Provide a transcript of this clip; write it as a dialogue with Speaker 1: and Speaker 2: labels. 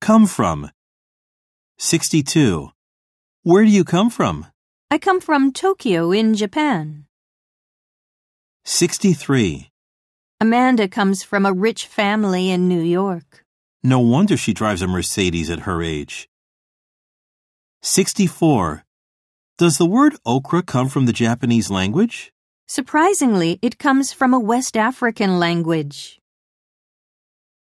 Speaker 1: Come from. 62. Where do you come from?
Speaker 2: I come from Tokyo in Japan.
Speaker 1: 63.
Speaker 2: Amanda comes from a rich family in New York.
Speaker 1: No wonder she drives a Mercedes at her age. 64. Does the word okra come from the Japanese language?
Speaker 2: Surprisingly, it comes from a West African language.